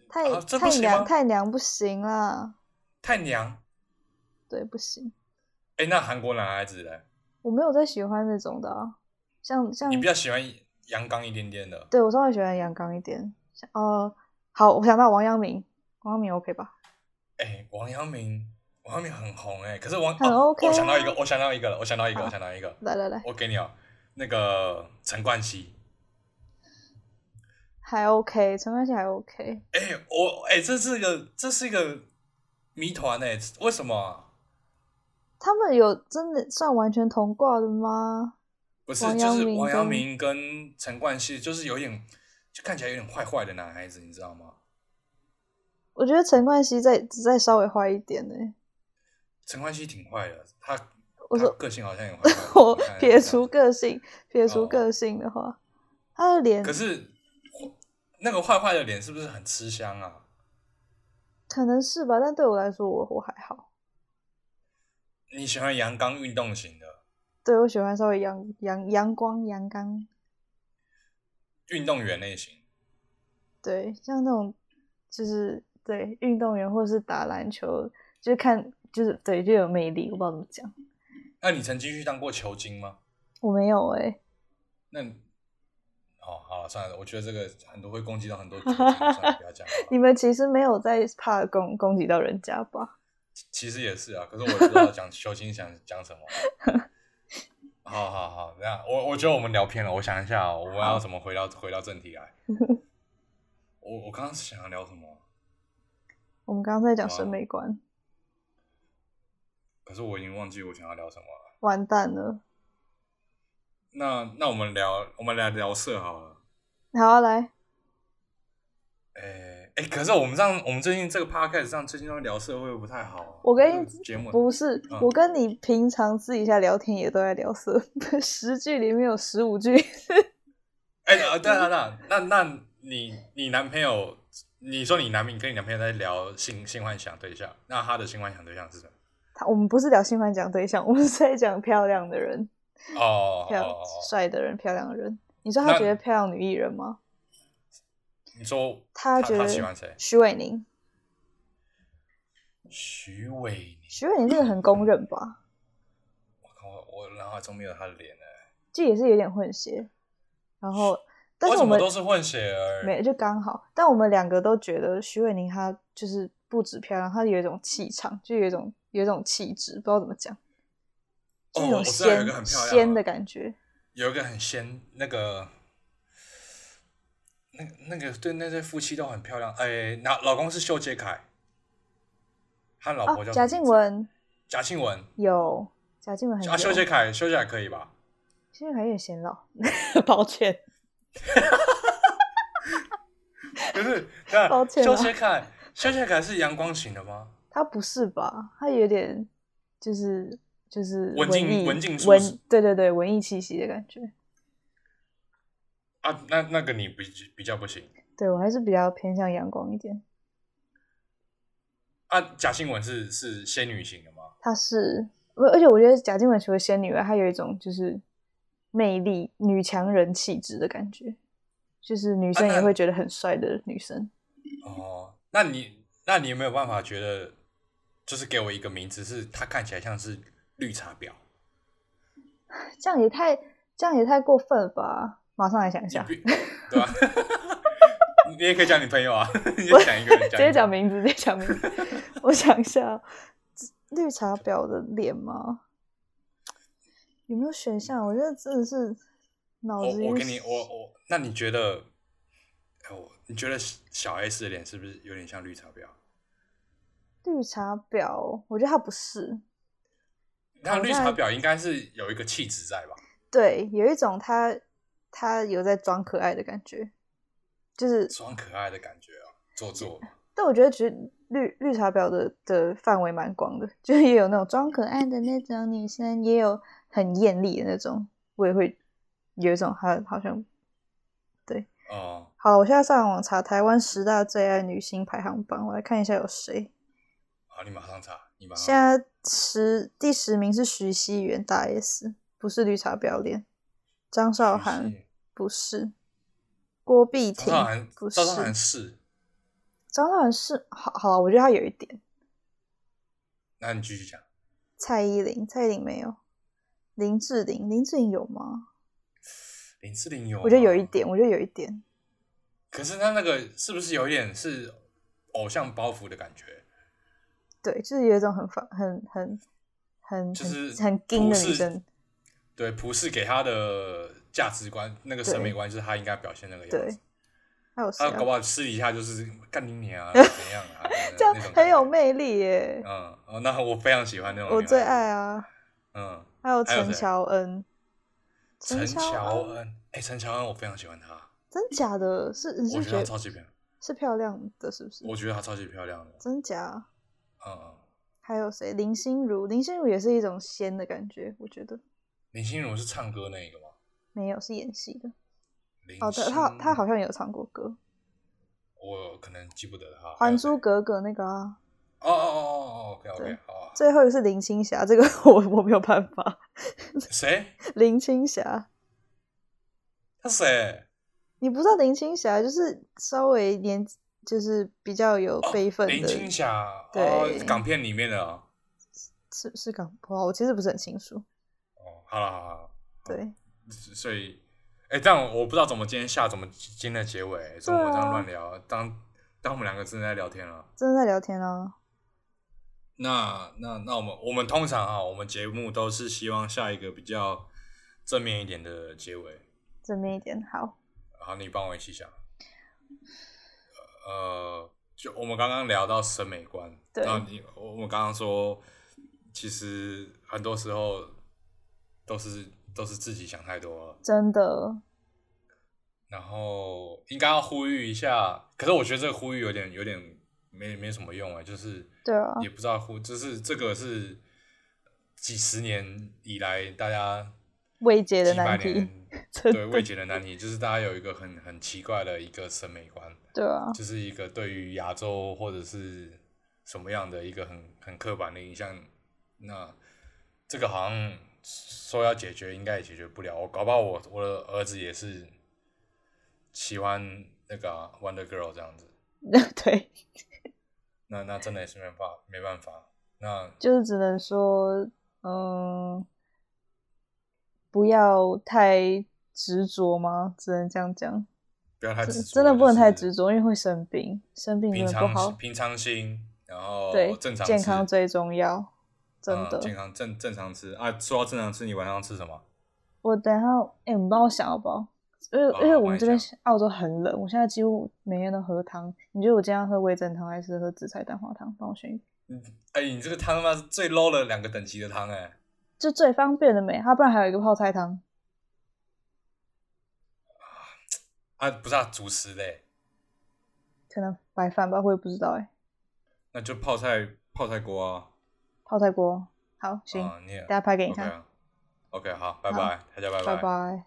Speaker 2: 太、
Speaker 1: 啊这不
Speaker 2: 太
Speaker 1: 行吗
Speaker 2: 娘太娘不行啦，
Speaker 1: 太娘。
Speaker 2: 对，不行。
Speaker 1: 哎、那韩国男孩子呢？
Speaker 2: 我没有在喜欢那种的啊，像像
Speaker 1: 你比较喜欢阳刚一点点的？
Speaker 2: 对我稍微喜欢阳刚一点。像呃，好，我想到王阳明，王阳明 OK 吧？
Speaker 1: 哎、王阳明，王阳明很红哎、可是王
Speaker 2: 很
Speaker 1: 哦
Speaker 2: OK 啊
Speaker 1: 我想到一个，我想到一个了，我想到一个，
Speaker 2: 好
Speaker 1: 我想到一个，
Speaker 2: 来来来，
Speaker 1: 我给你哦，那个陈冠希。
Speaker 2: 还 OK，陈冠希还 OK。
Speaker 1: 哎、我哎、这是一个这是一个谜团哎、为什么啊、
Speaker 2: 他们有真的算完全同挂的吗？
Speaker 1: 不是
Speaker 2: 王
Speaker 1: 就
Speaker 2: 阳
Speaker 1: 是
Speaker 2: 明
Speaker 1: 王阳
Speaker 2: 跟
Speaker 1: 明跟陈冠希，就是有点就看起来有点坏坏的男孩子，你知道吗？
Speaker 2: 我觉得陈冠希再只再稍微坏一点呢、
Speaker 1: 陈冠希挺坏的，他
Speaker 2: 我说
Speaker 1: 他个性好像也坏坏的
Speaker 2: 我
Speaker 1: 看
Speaker 2: 撇除
Speaker 1: 这样
Speaker 2: 个性，撇
Speaker 1: 哎啊哦
Speaker 2: 除个性的话，他的脸
Speaker 1: 子，可是那个坏坏的脸是不是很吃香啊？
Speaker 2: 可能是吧，但对我来说我，我还好。
Speaker 1: 你喜欢阳刚运动型的
Speaker 2: 对我喜欢稍微阳阳阳光阳刚，
Speaker 1: 运动员类型？
Speaker 2: 对，像那种就是对运动员或是打篮球，就是看就是对就有魅力，我不知道怎么讲。
Speaker 1: 那你曾经去当过球精吗？
Speaker 2: 我没有哎、
Speaker 1: 那你哦，好了，算了，我觉得这个很多会攻击到很多球精，算了，不要讲好了。
Speaker 2: 你们其实没有在怕攻攻击到人家吧？
Speaker 1: 其实也是啊，可是我也不知道讲 修心想讲什么。啊 好好好，这样我我觉得我们聊偏了，我想一下、哦，我们要怎么回到回到正题来。 我我刚刚是想要聊什么，啊
Speaker 2: 我们刚刚在讲
Speaker 1: 哇
Speaker 2: 审美观，
Speaker 1: 可是我已经忘记我想要聊什么了。
Speaker 2: 完蛋了。
Speaker 1: 那那我们聊我们来聊色好了。
Speaker 2: 好啊，来，
Speaker 1: 诶诶，可是我们这样，我们最近这个 podcast 上最近都聊社会不太好啊、
Speaker 2: 我跟你
Speaker 1: 这个节目
Speaker 2: 不是
Speaker 1: 嗯，
Speaker 2: 我跟你平常私底下聊天也都在聊色，十句里面有十五句
Speaker 1: 哎、啊对啊，对啊，那那你你男朋友，你说你男朋友跟你男朋友在聊性性幻想对象，那他的性幻想对象是什么？
Speaker 2: 他，我们不是聊性幻想对象，我们是在讲漂亮的人，
Speaker 1: 哦，
Speaker 2: 漂
Speaker 1: 哦哦
Speaker 2: 帅的人，漂亮的人。你知道他
Speaker 1: 那
Speaker 2: 觉得漂亮女艺人吗？
Speaker 1: 哦你说
Speaker 2: 他觉
Speaker 1: 他
Speaker 2: 得
Speaker 1: 喜欢谁？
Speaker 2: 徐伟宁，
Speaker 1: 徐伟宁，
Speaker 2: 徐伟宁这个很公认吧，
Speaker 1: 我靠，我我脑海中没有他的脸呢。
Speaker 2: 就也是有点混血，然后但
Speaker 1: 为
Speaker 2: 是
Speaker 1: 什
Speaker 2: 我
Speaker 1: 么
Speaker 2: 们
Speaker 1: 都是混血儿？
Speaker 2: 没就刚好，但我们两个都觉得徐伟宁她就是不止漂亮，她有一种气场，就有一种有一种气质，不知道怎么讲，就
Speaker 1: 哦
Speaker 2: 是一
Speaker 1: 我
Speaker 2: 种
Speaker 1: 知道有一
Speaker 2: 仙、
Speaker 1: 个很漂亮的
Speaker 2: 仙的感觉。
Speaker 1: 有一个很仙，那个，那那个对那对夫妻都很漂亮。哎，那老公是秀杰凯，他老婆
Speaker 2: 哦
Speaker 1: 叫，什么
Speaker 2: 贾
Speaker 1: 名字
Speaker 2: 静，雯
Speaker 1: 贾静雯
Speaker 2: 有，贾静雯很
Speaker 1: 啊，秀
Speaker 2: 有
Speaker 1: 杰凯，秀杰凯可以吧？
Speaker 2: 现在还有点显老， 抱歉。
Speaker 1: 不是，那
Speaker 2: 抱歉
Speaker 1: 修
Speaker 2: 啊
Speaker 1: 杰楷，修杰楷是阳光型的吗？
Speaker 2: 她不是吧？她有点就是就是
Speaker 1: 文静
Speaker 2: 艺
Speaker 1: 文
Speaker 2: 文
Speaker 1: 静舒适
Speaker 2: 对对对文艺气息的感觉。
Speaker 1: 啊，那那个你比比较不行
Speaker 2: 对我还是比较偏向阳光一点。
Speaker 1: 啊。假新闻是是仙女型的吗？
Speaker 2: 她是，而而且我觉得贾静雯除了仙女外，她有一种就是魅力女强人气质的感觉，就是女生
Speaker 1: 啊那
Speaker 2: 也会觉得很帅的女生。
Speaker 1: 哦，那你那你有没有办法觉得，就是给我一个名字，是它看起来像是绿茶婊？
Speaker 2: 这样也太这样也太过分了吧！马上来想一
Speaker 1: 你
Speaker 2: 下，
Speaker 1: 不对吧、 你也可以讲你朋友啊， 你就讲一个人，
Speaker 2: 直
Speaker 1: 一
Speaker 2: 接
Speaker 1: 个啊
Speaker 2: 讲名字，直接讲名字。 我想一下，哦绿茶婊的脸吗？有没有选项？我觉得真的是脑
Speaker 1: 我
Speaker 2: 子。
Speaker 1: 我给你，我我，那你觉得，哎我你觉得小 S 的脸是不是有点像绿茶婊？
Speaker 2: 绿茶婊，我觉得她不是。
Speaker 1: 那
Speaker 2: 好
Speaker 1: 绿茶
Speaker 2: 像
Speaker 1: 婊应该是有一个气质在吧？
Speaker 2: 对，有一种她她有在装可爱的感觉，就是
Speaker 1: 装可爱的感觉啊，做作。
Speaker 2: 但我觉得其实绿绿茶婊的的范围蛮广的，就是也有那种装可爱的那种女生，也有很艳丽的那种。我也会有一种她好像
Speaker 1: 哦、
Speaker 2: 好，我现在上网查台湾十大最爱女星排行榜，我来看一下有谁。
Speaker 1: 好，你马上查，你马
Speaker 2: 现
Speaker 1: 上。
Speaker 2: 在十第十名是徐熙媛大 S，不是绿茶婊脸。张韶
Speaker 1: 徐
Speaker 2: 涵
Speaker 1: 熙
Speaker 2: 不是，郭碧
Speaker 1: 赵
Speaker 2: 婷
Speaker 1: 尚涵
Speaker 2: 不，是
Speaker 1: 赵，尚涵是，
Speaker 2: 张韶涵是好好啊，我觉得她有一点。
Speaker 1: 那你继续讲。
Speaker 2: 蔡依林，蔡依林没有。林志玲，林志玲有吗？
Speaker 1: 林志玲有，啊
Speaker 2: 我觉得有一。点，我觉得有一点。
Speaker 1: 可是他那个是不是有一点是偶像包袱的感觉？
Speaker 2: 对，就是有一种很反、很很很
Speaker 1: 就是
Speaker 2: 很很硬
Speaker 1: 普
Speaker 2: 的女
Speaker 1: 世
Speaker 2: 生。
Speaker 1: 对，普世给他的价值观、那个审美观，就是他应该表现那个样
Speaker 2: 对
Speaker 1: 子。，
Speaker 2: 还有谁
Speaker 1: 他
Speaker 2: 啊
Speaker 1: 搞不好私底下就是干你 娘啊，怎样啊？
Speaker 2: 这
Speaker 1: 那种
Speaker 2: 样
Speaker 1: 感觉
Speaker 2: 很有魅力耶！
Speaker 1: 嗯，哦，那我非常喜欢那种。
Speaker 2: 我最爱。啊，
Speaker 1: 嗯，
Speaker 2: 还有
Speaker 1: 还有
Speaker 2: 陈
Speaker 1: 谁
Speaker 2: 乔恩。
Speaker 1: 陈
Speaker 2: 乔
Speaker 1: 乔，恩，哎，陈乔恩，我非常喜欢她，
Speaker 2: 真假的？是你
Speaker 1: 我
Speaker 2: 是
Speaker 1: 觉得她超级漂亮，
Speaker 2: 是漂亮的，是不是？
Speaker 1: 我觉得她超级漂亮的。
Speaker 2: 真假？
Speaker 1: 嗯嗯，
Speaker 2: 还有谁？林心如，林心如也是一种仙的感觉，我觉得
Speaker 1: 林心如是唱歌那个吗？
Speaker 2: 没有是演戏的。
Speaker 1: 林
Speaker 2: 哦，对，
Speaker 1: 心
Speaker 2: 她她好
Speaker 1: 如
Speaker 2: 像有唱过歌，
Speaker 1: 我可能记不得她。
Speaker 2: 《
Speaker 1: 还有
Speaker 2: 还
Speaker 1: 谁
Speaker 2: 珠格格》那个啊。
Speaker 1: 哦哦哦哦，OK OK，
Speaker 2: 对
Speaker 1: 好啊。
Speaker 2: 最后一个是林青霞，这个 我我没有办法。
Speaker 1: 谁？
Speaker 2: 林青霞，
Speaker 1: 他 谁？
Speaker 2: 你不知道林青霞就是稍微年就是比较有
Speaker 1: 哦
Speaker 2: 辈分的，
Speaker 1: 林青霞，哦
Speaker 2: 对，
Speaker 1: 港片里面的哦。
Speaker 2: 是是港普啊，我其实不是很清楚。
Speaker 1: 哦，好了好了，
Speaker 2: 对，
Speaker 1: 所以，哎，但我我不知道怎么今天下怎么今天的结尾，怎么
Speaker 2: 对啊
Speaker 1: 这样乱聊，当当我们两个真的在聊天了。
Speaker 2: 真的在聊天啊，
Speaker 1: 那那那我们我们通常哈，啊我们节目都是希望下一个比较正面一点的结尾。
Speaker 2: 正面一点好。
Speaker 1: 好，你帮我一起想。呃，就我们刚刚聊到审美观，
Speaker 2: 对
Speaker 1: 然后你我们刚刚说，其实很多时候都是都是自己想太多了，
Speaker 2: 真的，
Speaker 1: 然后应该要呼吁一下。可是我觉得这个呼吁有点有点没没什么用啊，就是
Speaker 2: 对啊
Speaker 1: 也不知道呼，就是这个是几十年以来大家
Speaker 2: 未解的
Speaker 1: 几百
Speaker 2: 难题
Speaker 1: 年，
Speaker 2: 真
Speaker 1: 对未
Speaker 2: 的，
Speaker 1: 解的难题，就是大家有一个很很奇怪的一个审美观。
Speaker 2: 对啊，
Speaker 1: 就是一个对于亚洲或者是什么样的一个很很刻板的印象。那这个好像说要解决，应该也解决不了。我搞不好我我的儿子也是喜欢那个啊、Wonder Girl 这样子，
Speaker 2: 对，
Speaker 1: 那那真的也是没办法，没办法。那
Speaker 2: 就是只能说，嗯，不要太执着吗？只能这样讲，
Speaker 1: 不要太执
Speaker 2: 真
Speaker 1: 着
Speaker 2: 真的不能太
Speaker 1: 就是
Speaker 2: 执着，因为会生病，生病
Speaker 1: 平
Speaker 2: 真的不
Speaker 1: 常
Speaker 2: 好。
Speaker 1: 平常心，然后
Speaker 2: 对，
Speaker 1: 正常
Speaker 2: 健
Speaker 1: 吃
Speaker 2: 康最重要，真
Speaker 1: 嗯
Speaker 2: 的。
Speaker 1: 健康正正常吃啊。说到正常吃，你晚上吃什么？
Speaker 2: 我等一下，哎、你帮我想好不好？因为、
Speaker 1: 好
Speaker 2: 因为
Speaker 1: 好
Speaker 2: 我
Speaker 1: 帮
Speaker 2: 们
Speaker 1: 你
Speaker 2: 这边
Speaker 1: 想
Speaker 2: 澳洲很冷，我现在几乎每天都喝汤。你觉得我今天要喝味噌汤还是喝紫菜蛋花汤？帮我选一个，
Speaker 1: 哎、你这个汤他妈是最 low 的两个等级的汤哎、
Speaker 2: 就最方便的没？它不然还有一个泡菜汤，
Speaker 1: 啊，不是啊，主食嘞，
Speaker 2: 可能白饭吧，我也不知道哎、
Speaker 1: 那就泡菜泡菜锅啊。
Speaker 2: 泡菜锅好，行，
Speaker 1: 嗯，你也
Speaker 2: 大家拍给你
Speaker 1: OK
Speaker 2: 看，
Speaker 1: 啊 OK，好，拜
Speaker 2: 好
Speaker 1: 拜，大家拜
Speaker 2: 拜拜。